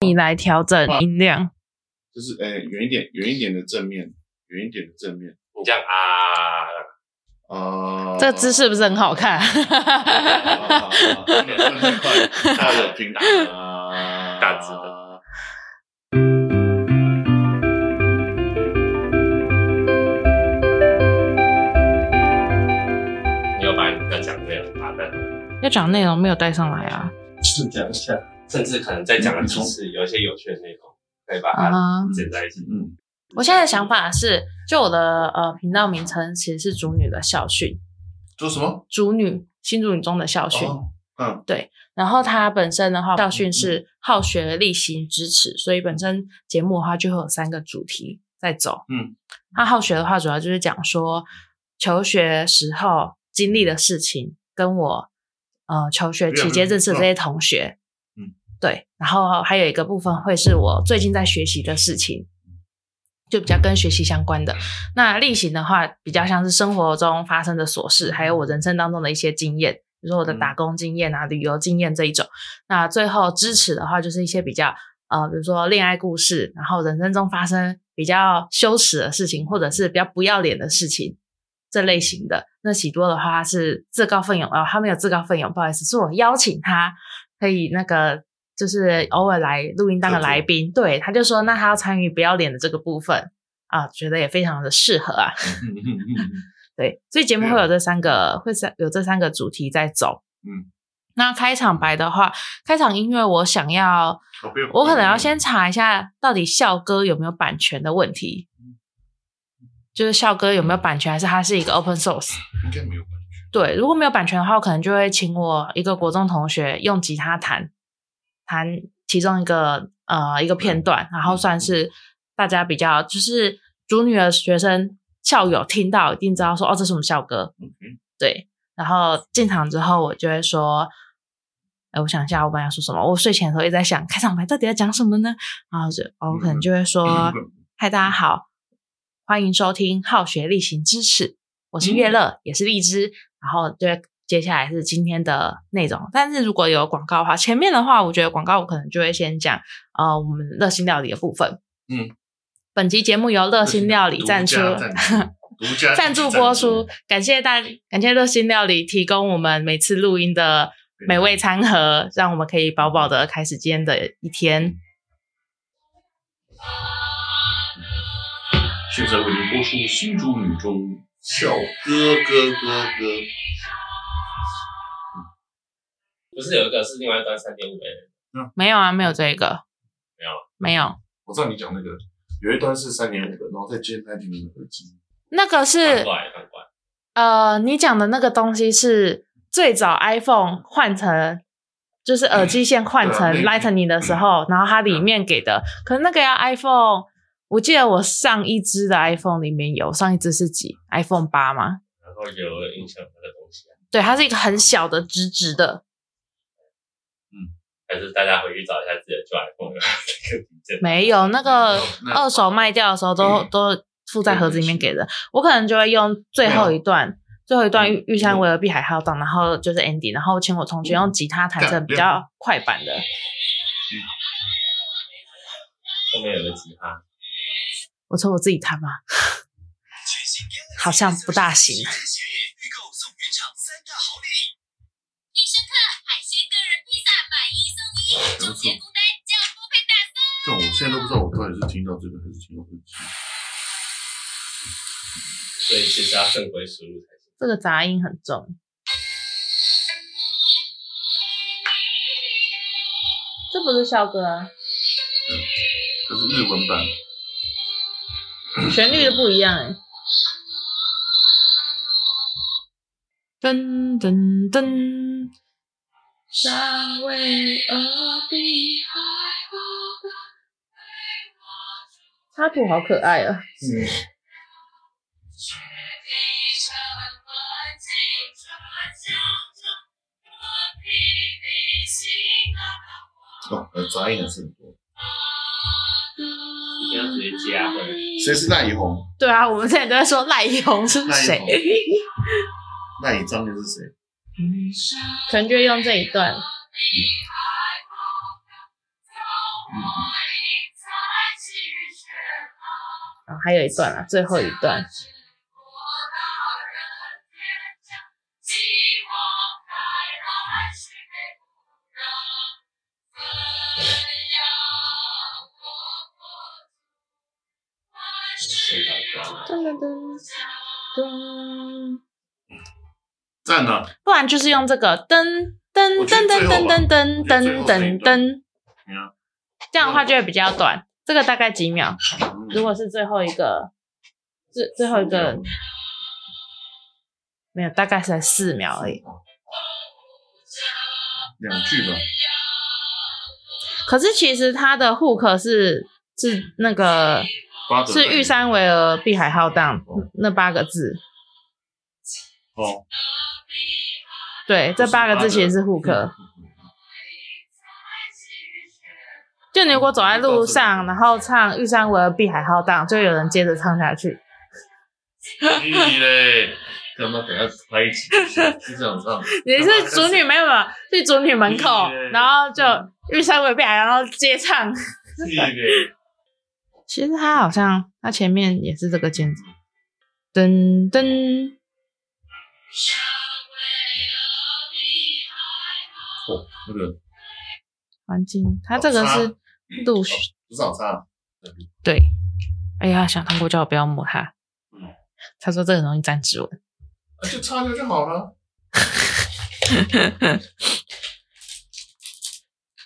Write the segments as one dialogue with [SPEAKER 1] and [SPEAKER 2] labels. [SPEAKER 1] 你来调整音量。
[SPEAKER 2] 就是呃远一点，远一点的正面，远一点的正面
[SPEAKER 3] 你这样啊，
[SPEAKER 2] 啊。
[SPEAKER 1] 这姿势不是很好看？
[SPEAKER 2] 啊真的真的快到了平台 啊，
[SPEAKER 3] 大致
[SPEAKER 2] 的。
[SPEAKER 3] 你有把你要讲的内容把它带上来，
[SPEAKER 1] 要讲内容没有带上来啊？
[SPEAKER 2] 是讲一下，
[SPEAKER 3] 甚至可能在讲的知识有一些有趣的内容，可以把
[SPEAKER 1] 啊、
[SPEAKER 3] 它剪在一起。
[SPEAKER 2] 嗯，
[SPEAKER 1] 我现在的想法是，就我的呃频道名称其实是“主女的校训
[SPEAKER 2] 做什么”，？
[SPEAKER 1] 主女新主女中的校训。
[SPEAKER 2] 哦，嗯，
[SPEAKER 1] 然后它本身的话，校训是好学、力行、支持，所以本身节目的话就会有三个主题在走。
[SPEAKER 2] 嗯，
[SPEAKER 1] 它好学的话，主要就是讲说求学时候经历的事情，跟我呃求学期间认识的这些同学。
[SPEAKER 2] 嗯嗯，
[SPEAKER 1] 对。然后还有一个部分会是我最近在学习的事情。就比较跟学习相关的，那例行的话，比较像是生活中发生的琐事，还有我人生当中的一些经验，比如说我的
[SPEAKER 2] 嗯
[SPEAKER 1] 打工经验啊、旅游经验这一种。那最后支持的话，就是一些比较呃，比如说恋爱故事，然后人生中发生比较羞耻的事情，或者是比较不要脸的事情这类型的。那喜多的话是自告奋勇，哦，他没有自告奋勇，不好意思，是我邀请他可以那个。就是偶尔来录音当个
[SPEAKER 2] 合作
[SPEAKER 1] 来宾，对，他就说那他要参与不要脸的这个部分啊，觉得也非常的适合啊，
[SPEAKER 2] 嗯嗯嗯嗯
[SPEAKER 1] 对，所以节目会有这三个，会三有这三个主题在走。
[SPEAKER 2] 嗯，
[SPEAKER 1] 那开场白的话，开场音乐我想要，
[SPEAKER 2] 我哦不用
[SPEAKER 1] 我可能要先查一下到底校歌有没有版权的问题，就是校歌有没有版权，还是它是一个 open source。
[SPEAKER 2] 应该没有版权，
[SPEAKER 1] 对，如果没有版权的话，我可能就会请我一个国中同学用吉他弹弹其中一个呃一个片段，然后算是大家比较就是主女的学生校友听到一定知道说哦这是我们校歌，
[SPEAKER 2] 嗯
[SPEAKER 1] 对，然后进场之后我就会说。哎，我想一下，我本来要说什么？我睡前的时候一直在想，开场白到底要讲什么呢？然后就，哦，我可能就会说，嗨，大家好，欢迎收听好学例行支持，我是月乐，也是荔枝。然后就接下来是今天的内容，但是如果有广告的话，前面的话，我觉得广告我可能就会先讲呃我们热心料理的部分。
[SPEAKER 2] 嗯，
[SPEAKER 1] 本集节目由热心料理赞 助。
[SPEAKER 2] 啊独家 赞助
[SPEAKER 1] 赞助
[SPEAKER 2] 独家
[SPEAKER 1] 播出，感谢大感谢热心料理提供我们每次录音的美味餐盒，让我们可以饱饱的开始今天的一天。
[SPEAKER 2] 现在为您播出《新竹女中校歌歌歌歌》。
[SPEAKER 3] 不是有一个是另外一段三点五的人，
[SPEAKER 1] 没有啊，没有这个，
[SPEAKER 3] 没有啊
[SPEAKER 1] 没有，
[SPEAKER 2] 我知道你讲那个，有一段是三年那个，然后再接那天的耳机，
[SPEAKER 1] 那个是
[SPEAKER 3] 反过来反过来，
[SPEAKER 1] 呃，你讲的那个东西是最早 iPhone 换成就是耳机线换成
[SPEAKER 2] 对啊那啊
[SPEAKER 1] Lightning 的时候，然后它里面给的，可是那个要 iPhone，我记得我上一支的 iPhone 里面有，上一支是几 iPhone 八吗？
[SPEAKER 3] 然后有印象那个东西啊，
[SPEAKER 1] 对，它是一个很小的直直的，
[SPEAKER 3] 还是大家回去找一下自己的旧 iPhone 的这个证。
[SPEAKER 1] 没有那个
[SPEAKER 2] 那
[SPEAKER 1] 二手卖掉的时候都、
[SPEAKER 2] 嗯
[SPEAKER 1] 都附在盒子里面给的，我可能就会用最后一段。最后一段
[SPEAKER 2] 啊嗯
[SPEAKER 1] 玉玉山维尔碧海浩荡，然后就是 Andy，然后请我同学用吉他弹成比
[SPEAKER 2] 啊
[SPEAKER 1] 较快版的，
[SPEAKER 3] 后面有个吉他，
[SPEAKER 1] 我说我自己弹嘛，好像不大行。
[SPEAKER 4] 必胜客海鲜个人披萨买一送一，
[SPEAKER 2] 不
[SPEAKER 4] 九
[SPEAKER 2] 错
[SPEAKER 4] 节孤单酱多配大三。
[SPEAKER 2] 但我现在都不知道我到底是听到这个还是听到耳机。
[SPEAKER 3] 所以其实要正规输入才行。
[SPEAKER 1] 这个杂音很重，这不是校歌啊，
[SPEAKER 2] 这是日文版，
[SPEAKER 1] 旋律都不一样哎、噔噔噔，
[SPEAKER 4] 尚未峨碧海波光
[SPEAKER 1] 插图好可爱啊！
[SPEAKER 2] 嗯，
[SPEAKER 4] 雪地上万径穿江中，我披披星啊
[SPEAKER 2] 哦，呃杂音还是很多。
[SPEAKER 3] 一定要直接加分。
[SPEAKER 2] 谁是赖以红？
[SPEAKER 1] 对啊，我们之前都在说赖以红是
[SPEAKER 2] 赖以
[SPEAKER 1] 谁
[SPEAKER 2] 红， 赖以章又是谁？
[SPEAKER 1] 可能就会用这一段。
[SPEAKER 4] 我
[SPEAKER 2] 嗯
[SPEAKER 1] 然后还有一段啊，最后一段。噔噔噔噔，
[SPEAKER 2] 赞啊了，
[SPEAKER 1] 不然就是用这个噔噔
[SPEAKER 2] 我觉
[SPEAKER 1] 噔
[SPEAKER 2] 得
[SPEAKER 1] 噔
[SPEAKER 2] 最后吧
[SPEAKER 1] 噔噔噔
[SPEAKER 2] 我
[SPEAKER 1] 噔噔
[SPEAKER 2] 觉得最后那一段
[SPEAKER 1] 噔，
[SPEAKER 2] 你啊看，
[SPEAKER 1] 这样的话就会比较短。这个大概几秒？
[SPEAKER 2] 嗯
[SPEAKER 1] 如果是最后一个，最最后一个没有，大概才四秒而已。
[SPEAKER 2] 两句吧，
[SPEAKER 1] 可是其实它的 hook 是是那个
[SPEAKER 2] 八折
[SPEAKER 1] 是玉山巍峨碧海浩荡那八个字，
[SPEAKER 2] 哦，
[SPEAKER 1] 对，这八个字其实是 hook。就你如果走在路上，然后唱玉山巍峨碧海浩荡，就有人接着唱下去。
[SPEAKER 2] 你嘞，干嘛等下拍一起？是这样啊唱，
[SPEAKER 1] 你是主女没有？去主女门口，然后就玉山巍峨碧海，然后接唱。
[SPEAKER 2] 你嘞，
[SPEAKER 1] 其实它好像它前面也是这个键子，噔噔，
[SPEAKER 2] 哦，那个
[SPEAKER 1] 环境，它这个是陆续
[SPEAKER 2] 不是嗯好啊唱，
[SPEAKER 1] 对。哎呀，小糖果叫我不要摸它
[SPEAKER 2] 嗯，
[SPEAKER 1] 他说这个容易沾指纹。
[SPEAKER 2] 那就唱一下就好了。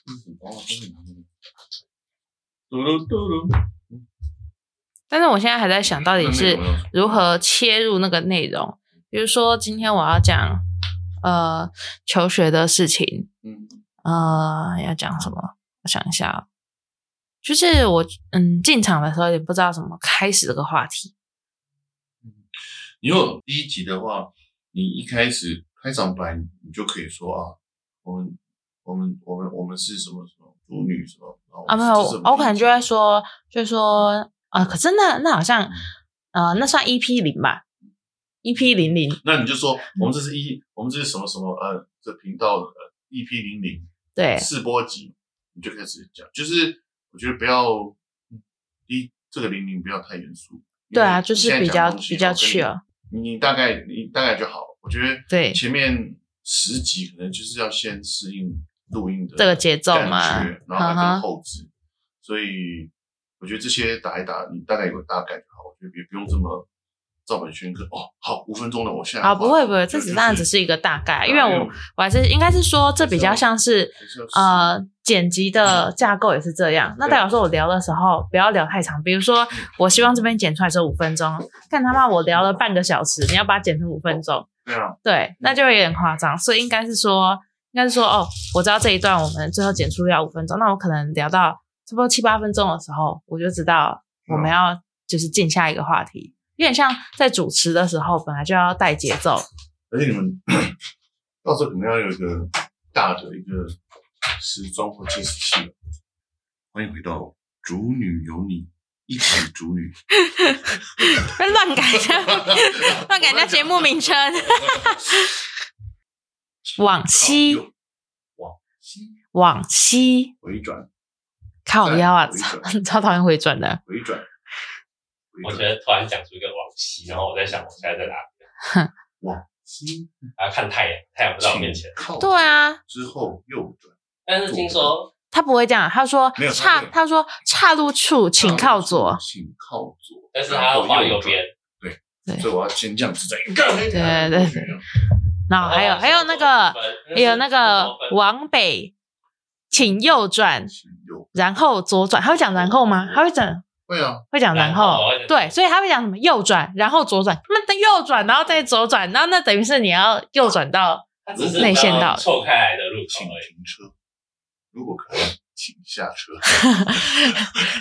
[SPEAKER 2] 嗯嘟噜嘟噜，
[SPEAKER 1] 但是我现在还在想到底是如何切入那个内容。比如说，今天我要讲呃求学的事情，
[SPEAKER 2] 嗯，
[SPEAKER 1] 呃，要讲什么？我想一下哦，就是我嗯进场的时候也不知道怎么开始这个话题。
[SPEAKER 2] 你有第一集的话，你一开始开场白你就可以说啊，我们我们我们我们是什么什么主女什么然后
[SPEAKER 1] 啊，没
[SPEAKER 2] 我们是什
[SPEAKER 1] 有，
[SPEAKER 2] 么
[SPEAKER 1] 我可能就会说，就说啊，可是那那好像
[SPEAKER 2] 嗯
[SPEAKER 1] 呃，那算 EP 零吧，EP 零零，
[SPEAKER 2] 那你就说我们这是
[SPEAKER 1] 嗯
[SPEAKER 2] 一我们这是什么什么呃这频道呃 EP 零零
[SPEAKER 1] 对，
[SPEAKER 2] 试播集，你就开始讲，就是我觉得不要一这个零零不要太严肃，
[SPEAKER 1] 对
[SPEAKER 2] 因
[SPEAKER 1] 啊，
[SPEAKER 2] 为
[SPEAKER 1] 就是
[SPEAKER 2] 你现在
[SPEAKER 1] 比较
[SPEAKER 2] 讲的东西哦
[SPEAKER 1] 比较
[SPEAKER 2] 我跟你
[SPEAKER 1] chill，
[SPEAKER 2] 你大概你大概就好，我觉得
[SPEAKER 1] 对
[SPEAKER 2] 前面十集可能就是要先适应录音的
[SPEAKER 1] 这个节奏
[SPEAKER 2] 感
[SPEAKER 1] 嘛
[SPEAKER 2] 觉，然后
[SPEAKER 1] 嗯
[SPEAKER 2] 再
[SPEAKER 1] 哼
[SPEAKER 2] 跟后置，所以我觉得这些打一打，你大概有个大概就好，我觉得也不用这么照本宣科。哦，好，五分钟了，我现在
[SPEAKER 1] 好，啊哦不会不会，这
[SPEAKER 2] 就
[SPEAKER 1] 只
[SPEAKER 2] 是
[SPEAKER 1] 当然只是一个大概，因为
[SPEAKER 2] 啊
[SPEAKER 1] 我我还是应该是说，这比较像是
[SPEAKER 2] 还是要试
[SPEAKER 1] 呃剪辑的架构也是这样。那代表说我聊的时候不要聊太长，比如说
[SPEAKER 2] 嗯
[SPEAKER 1] 我希望这边剪出来只有五分钟，看他妈我聊了半个小时，你要把它剪成五分钟，
[SPEAKER 2] 对啊，
[SPEAKER 1] 对，那就有点夸张。所以应该是说，应该是说哦，我知道这一段我们最后剪出要五分钟，那我可能聊到差不多七八分钟的时候，我就知道我
[SPEAKER 2] 嗯
[SPEAKER 1] 们要就是进下一个话题。有点像在主持的时候，本来就要带节奏，
[SPEAKER 2] 而且你们 到时候可能要有一个大的一个时钟或计时器了。欢迎回到主女有你，一起主女。
[SPEAKER 1] 乱改一下 乱改人家节目名称。往
[SPEAKER 2] 西
[SPEAKER 1] 昔，
[SPEAKER 2] 往西
[SPEAKER 1] 往昔，
[SPEAKER 2] 回转，
[SPEAKER 1] 靠腰啊，
[SPEAKER 2] 再
[SPEAKER 1] 超
[SPEAKER 2] 回
[SPEAKER 1] 超讨厌回转的。
[SPEAKER 2] 回转，
[SPEAKER 3] 我
[SPEAKER 2] 回
[SPEAKER 3] 觉
[SPEAKER 2] 转，
[SPEAKER 3] 得突然讲出一个往昔，然后我在想我现在在哪里，
[SPEAKER 2] 往西
[SPEAKER 3] 然后看太阳，太阳不在我面前。
[SPEAKER 2] 靠，
[SPEAKER 1] 对，啊，
[SPEAKER 2] 之后右转，
[SPEAKER 3] 但是听说
[SPEAKER 1] 他不会这样，他说
[SPEAKER 2] 没有他
[SPEAKER 1] 岔
[SPEAKER 2] 会，
[SPEAKER 1] 他说岔路处请靠左。
[SPEAKER 2] 请靠左，
[SPEAKER 3] 但是他要画右边，
[SPEAKER 2] 然后右转，所以我要先这样子再干，对
[SPEAKER 1] 对对然啊
[SPEAKER 3] 哦
[SPEAKER 1] 后还
[SPEAKER 2] 哦
[SPEAKER 1] 有还有那个还有那个往北，请右转，
[SPEAKER 2] 请右，
[SPEAKER 1] 然后左转。他会讲然后吗？他会讲
[SPEAKER 2] 会啊，
[SPEAKER 1] 会讲然
[SPEAKER 3] 然
[SPEAKER 1] 后
[SPEAKER 3] 后，
[SPEAKER 1] 对，所以他会讲什么右转，然后左转，那右转，然后再左转，然后那等于是你要右转到
[SPEAKER 3] 它只是
[SPEAKER 1] 内线道
[SPEAKER 3] 错开来的路
[SPEAKER 2] 请
[SPEAKER 3] 口而已。
[SPEAKER 2] 停车，如果可以，请下 车。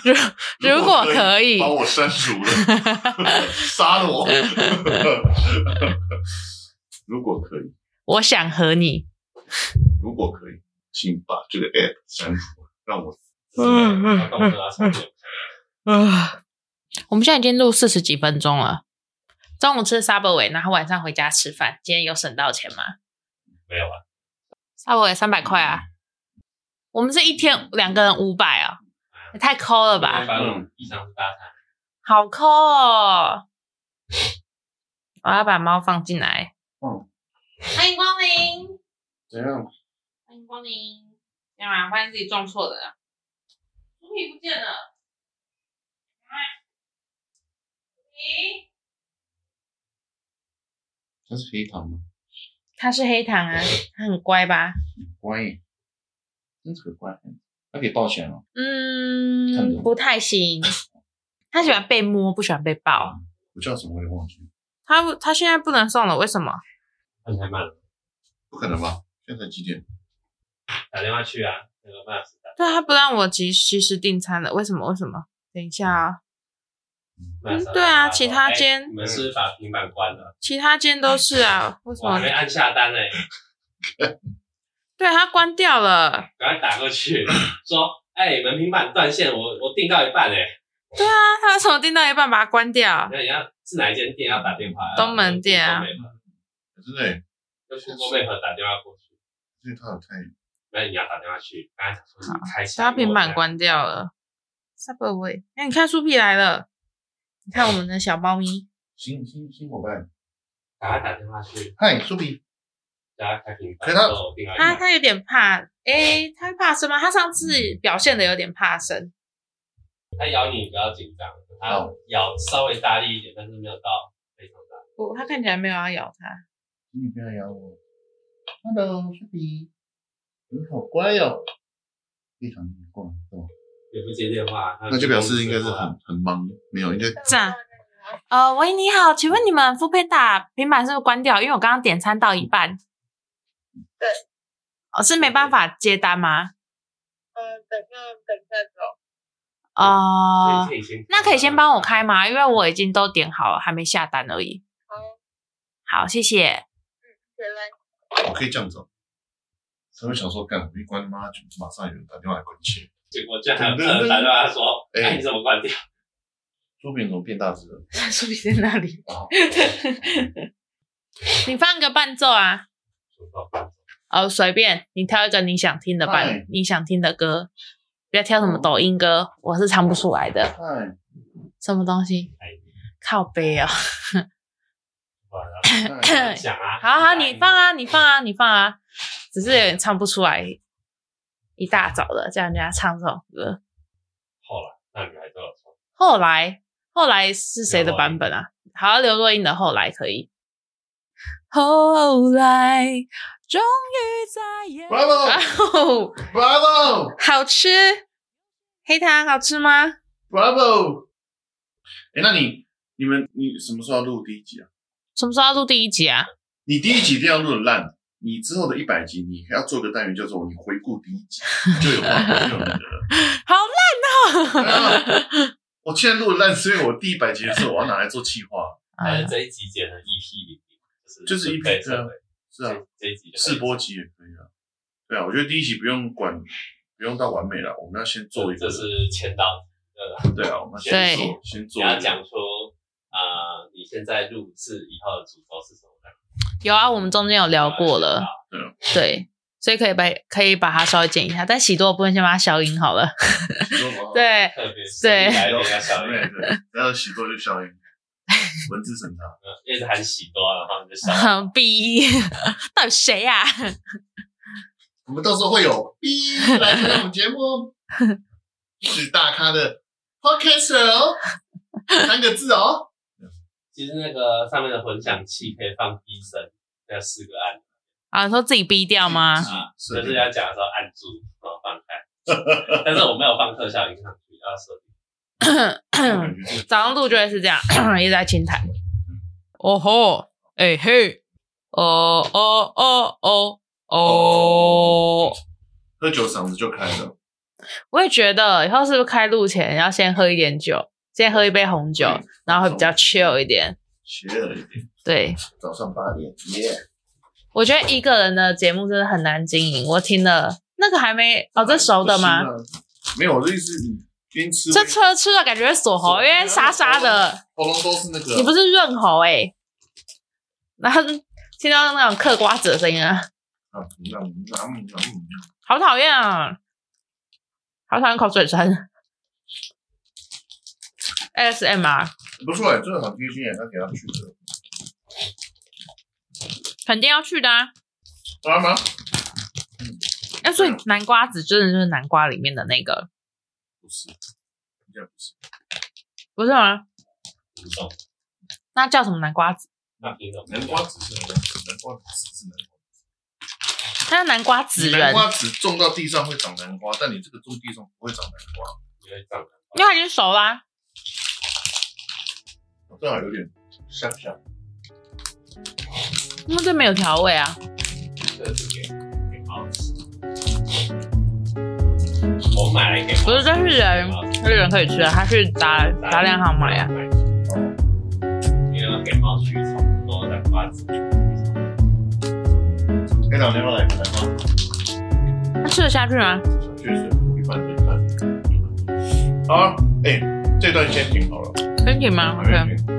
[SPEAKER 1] 如 如果可以
[SPEAKER 2] 把我删除 了，杀 了我。如果可以，
[SPEAKER 1] 我想和你。
[SPEAKER 2] 如果可以，请把这个 app 删除，让我
[SPEAKER 1] 嗯嗯
[SPEAKER 3] 那我们要从右
[SPEAKER 1] 啊，我们现在已经录四十几分钟了。中午吃 Subway，然后晚上回家吃饭。今天有省到钱吗
[SPEAKER 3] 没有啊，
[SPEAKER 1] 嗯？Subway 三百块啊，我们是一天两个人五百啊，也太抠了吧，
[SPEAKER 3] 发露异常是八叉，
[SPEAKER 1] 好抠哦！我要把猫放进来。
[SPEAKER 4] 欢迎光临，
[SPEAKER 2] 怎样？
[SPEAKER 1] 欢迎光临。干嘛？发现自己撞错人了，毒品不见了。咦？
[SPEAKER 2] 它是黑糖吗？
[SPEAKER 1] 它是黑糖啊，它很乖吧？
[SPEAKER 2] 乖耶，真是个乖。它可以抱起来吗？看
[SPEAKER 1] 嗯，
[SPEAKER 2] 着
[SPEAKER 1] 不太行。它喜欢被摸，不喜欢被抱。
[SPEAKER 2] 我叫什么我也忘记了，
[SPEAKER 1] 它它现在不能送了，为什么？
[SPEAKER 3] 那太慢了，
[SPEAKER 2] 不可能吧？现在才几点？
[SPEAKER 3] 打电话去啊，那个半小时打，
[SPEAKER 1] 对，它不让我及及时订餐了，为什么？为什么？等一下啊、
[SPEAKER 3] 半小时打
[SPEAKER 1] 嗯对啊
[SPEAKER 3] 打
[SPEAKER 1] 其他
[SPEAKER 3] 哎
[SPEAKER 1] 间
[SPEAKER 3] 你们是不是把平板关了，
[SPEAKER 1] 其他间都是啊，为什
[SPEAKER 3] 我还
[SPEAKER 1] 么
[SPEAKER 3] 没？按下单呢，
[SPEAKER 1] 对，它关掉了。
[SPEAKER 3] 赶快打过去说，哎，你们平板断线，我我订到一半哎，
[SPEAKER 1] 对啊，它为什么订到一半把它关掉？
[SPEAKER 3] 那你要是哪一间店要打电话？
[SPEAKER 1] 东门店啊
[SPEAKER 2] 真的耶，
[SPEAKER 3] 要去 Google Map 打电话过去，
[SPEAKER 2] 因为它有太
[SPEAKER 3] 那你要打电话去，刚才想说你开起来
[SPEAKER 1] 它平板，关掉了。Subway，哎、你看酥皮来了，你看我们的小猫咪，
[SPEAKER 2] 新新新伙伴。
[SPEAKER 3] 赶快打电话去，
[SPEAKER 2] 嗨，苏比，
[SPEAKER 3] 叫他开平板，
[SPEAKER 2] 可是他
[SPEAKER 3] 然后我订到一
[SPEAKER 1] 它
[SPEAKER 3] 半，
[SPEAKER 1] 它有点怕，哎、它怕生吗？它上次表现的有点怕生，
[SPEAKER 3] 他咬你不要紧张，他
[SPEAKER 2] 哦
[SPEAKER 3] 咬稍微大力一点，但是没有到非常大，
[SPEAKER 1] 不，它看起来没有要咬它。
[SPEAKER 2] 请你不要咬我。Hello，苏比，你好乖哟、哦，非常乖，对吧？
[SPEAKER 3] 也不接电话，他
[SPEAKER 2] 那就表示应该是
[SPEAKER 3] 公司的话
[SPEAKER 2] 很很忙，没有，应该
[SPEAKER 1] 这样，呃，喂，你好，请问你们富佩达平板是不是关掉？因为我刚刚点餐到一半。
[SPEAKER 5] 对。
[SPEAKER 1] 哦，是没办法接单吗？
[SPEAKER 4] Um,
[SPEAKER 5] 嗯，等下等下走。
[SPEAKER 1] 哦、
[SPEAKER 3] 所以可以先
[SPEAKER 1] 那可以先帮我开吗？因为我已经都点好了，还没下单而已。
[SPEAKER 4] um,
[SPEAKER 5] 好，
[SPEAKER 1] 好，谢 谢。
[SPEAKER 5] 原来
[SPEAKER 2] 我可以这样子、哦。他会想说，干，我一关妈就马上有人打电话来关切。
[SPEAKER 3] 结果居然还有客人打电话说：“
[SPEAKER 2] 哎
[SPEAKER 3] 哎，你怎么关掉
[SPEAKER 2] 苏比怎么变大只了？
[SPEAKER 1] 苏比在那里？
[SPEAKER 2] 啊，
[SPEAKER 1] 你放个伴奏啊，？”哦，随便你挑一个你想听的伴
[SPEAKER 2] 哎，
[SPEAKER 1] 你想听的歌，不要挑什么抖音歌，我是唱不出来的。
[SPEAKER 2] 嗨
[SPEAKER 1] 什么东西
[SPEAKER 3] 哎？
[SPEAKER 1] 靠背哦。
[SPEAKER 2] 嗨，
[SPEAKER 3] 讲 啊，
[SPEAKER 1] 好好，你放啊，你放啊，你放啊，只是有点唱不出来。一大早的叫人家唱这种歌，
[SPEAKER 3] 后来那女孩都有说
[SPEAKER 1] 后来后来是谁的版本啊？好，刘若英的后来可以。后来终于在眼
[SPEAKER 2] Bravo，Bravo，Bravo，
[SPEAKER 1] 哦， 好吃，黑糖好吃吗？
[SPEAKER 2] Bravo！哎、那你、你们、你什么时候要录第一集啊？
[SPEAKER 1] 什么时候要录第一集啊？
[SPEAKER 2] 你第一集一定要录的烂，你之后的一百集，你还要做个单元叫做“你回顾第一集”，就有话题就有你的了。
[SPEAKER 1] 好烂哦！
[SPEAKER 2] 我现在录的烂，是因为我第一百集的时候，我要拿来做企划，
[SPEAKER 1] 啊哎
[SPEAKER 3] 还是这一集剪的 EP 零零，就是
[SPEAKER 2] 就是一
[SPEAKER 3] 备
[SPEAKER 2] 批对啊是啊，
[SPEAKER 3] 这一集的
[SPEAKER 2] 试播集也可以啊。对啊，我觉得第一集不用管，不用到完美了，我们要先做一个
[SPEAKER 3] 这。是签到，呃，
[SPEAKER 2] 对啊，我们
[SPEAKER 1] 对
[SPEAKER 2] 先做，先
[SPEAKER 3] 你
[SPEAKER 2] 做一个。
[SPEAKER 3] 要讲说啊，呃你现在录制以后的主轴是什么？
[SPEAKER 1] 有啊，我们中间有聊过了，
[SPEAKER 2] 对啊
[SPEAKER 1] 对，所以可以把可以把它稍微剪一下，但喜多的部分先把它消音好了。 对，
[SPEAKER 3] 特别是
[SPEAKER 1] 对
[SPEAKER 3] 来啊
[SPEAKER 2] 要
[SPEAKER 3] 人家小
[SPEAKER 2] 对
[SPEAKER 3] 人，
[SPEAKER 2] 对，然后喜多就笑音，文字审查。
[SPEAKER 3] 一直喊喜多，啊然后你就笑。
[SPEAKER 1] B E 到底谁呀、啊？
[SPEAKER 2] 我们到时候会有 B 来参加我们节目哦，是大咖的 podcaster 哦，三个字哦。
[SPEAKER 3] 其实那个上面的混响器可以放低声，那四个按，
[SPEAKER 1] 啊，你说自己逼掉吗？
[SPEAKER 2] 是
[SPEAKER 3] 就是要讲的时候按住，然后放开。但是我没有放特效音上去，要设定。
[SPEAKER 1] 啊早上录就会是这样， 一直在清痰。哦吼，哎、嘿，哦哦哦哦哦。
[SPEAKER 2] 喝酒嗓子就开了，
[SPEAKER 1] 我也觉得以后是不是开录前要先喝一点酒，先喝一杯红酒
[SPEAKER 2] 嗯，
[SPEAKER 1] 然后会比较 chill 一点。
[SPEAKER 2] 邪了一点。
[SPEAKER 1] 对，
[SPEAKER 2] 早上八点，耶、
[SPEAKER 1] 我觉得一个人的节目真的很难经营。我听了那个还没哦，这熟的吗？
[SPEAKER 2] 不行啊？没有，我的意思是你边吃
[SPEAKER 1] 这车吃了感觉会锁喉，因为沙沙的，
[SPEAKER 2] 喉咙都是那个，
[SPEAKER 1] 你啊不啊是润喉哎、然后听到那种嗑瓜子的声音啊，
[SPEAKER 2] 啊？嗯嗯嗯嗯嗯嗯
[SPEAKER 1] 好讨厌啊！好讨厌口水声， ASMR
[SPEAKER 2] 不错哎，这个很贴心哎，他给他取的。
[SPEAKER 1] 肯定要去的啊！
[SPEAKER 2] 妈妈，
[SPEAKER 1] 哎、所以
[SPEAKER 2] 啊
[SPEAKER 1] 南瓜子真的就是南瓜里面的那个，
[SPEAKER 2] 不是，应该不是。
[SPEAKER 1] 不是吗？
[SPEAKER 3] 品种，
[SPEAKER 1] 那叫什么南瓜子？
[SPEAKER 3] 那品种
[SPEAKER 2] 南瓜籽是南瓜籽，南瓜籽是南瓜
[SPEAKER 1] 那南瓜子
[SPEAKER 2] 籽。
[SPEAKER 1] 仁
[SPEAKER 2] 南，瓜籽种到地上会长南瓜，但你这个种地上不会长南瓜。
[SPEAKER 3] 因为长得
[SPEAKER 1] 因为它已经熟啦、
[SPEAKER 2] 我正好有点像像，
[SPEAKER 1] 因为这没有调味啊。
[SPEAKER 3] 这个是给给猫吃。我买来给猫吃
[SPEAKER 1] 不是，这是人，这是人可以吃啊，它去杂杂粮行买啊。
[SPEAKER 3] 哦因为要给猫驱虫，然后再瓜子。
[SPEAKER 2] 该长南瓜来个南瓜，
[SPEAKER 1] 它吃得下去吗？
[SPEAKER 2] 小确幸，一半对一半。好啊，哎，这段先停好了，
[SPEAKER 1] 可以吗？OK，
[SPEAKER 2] 停。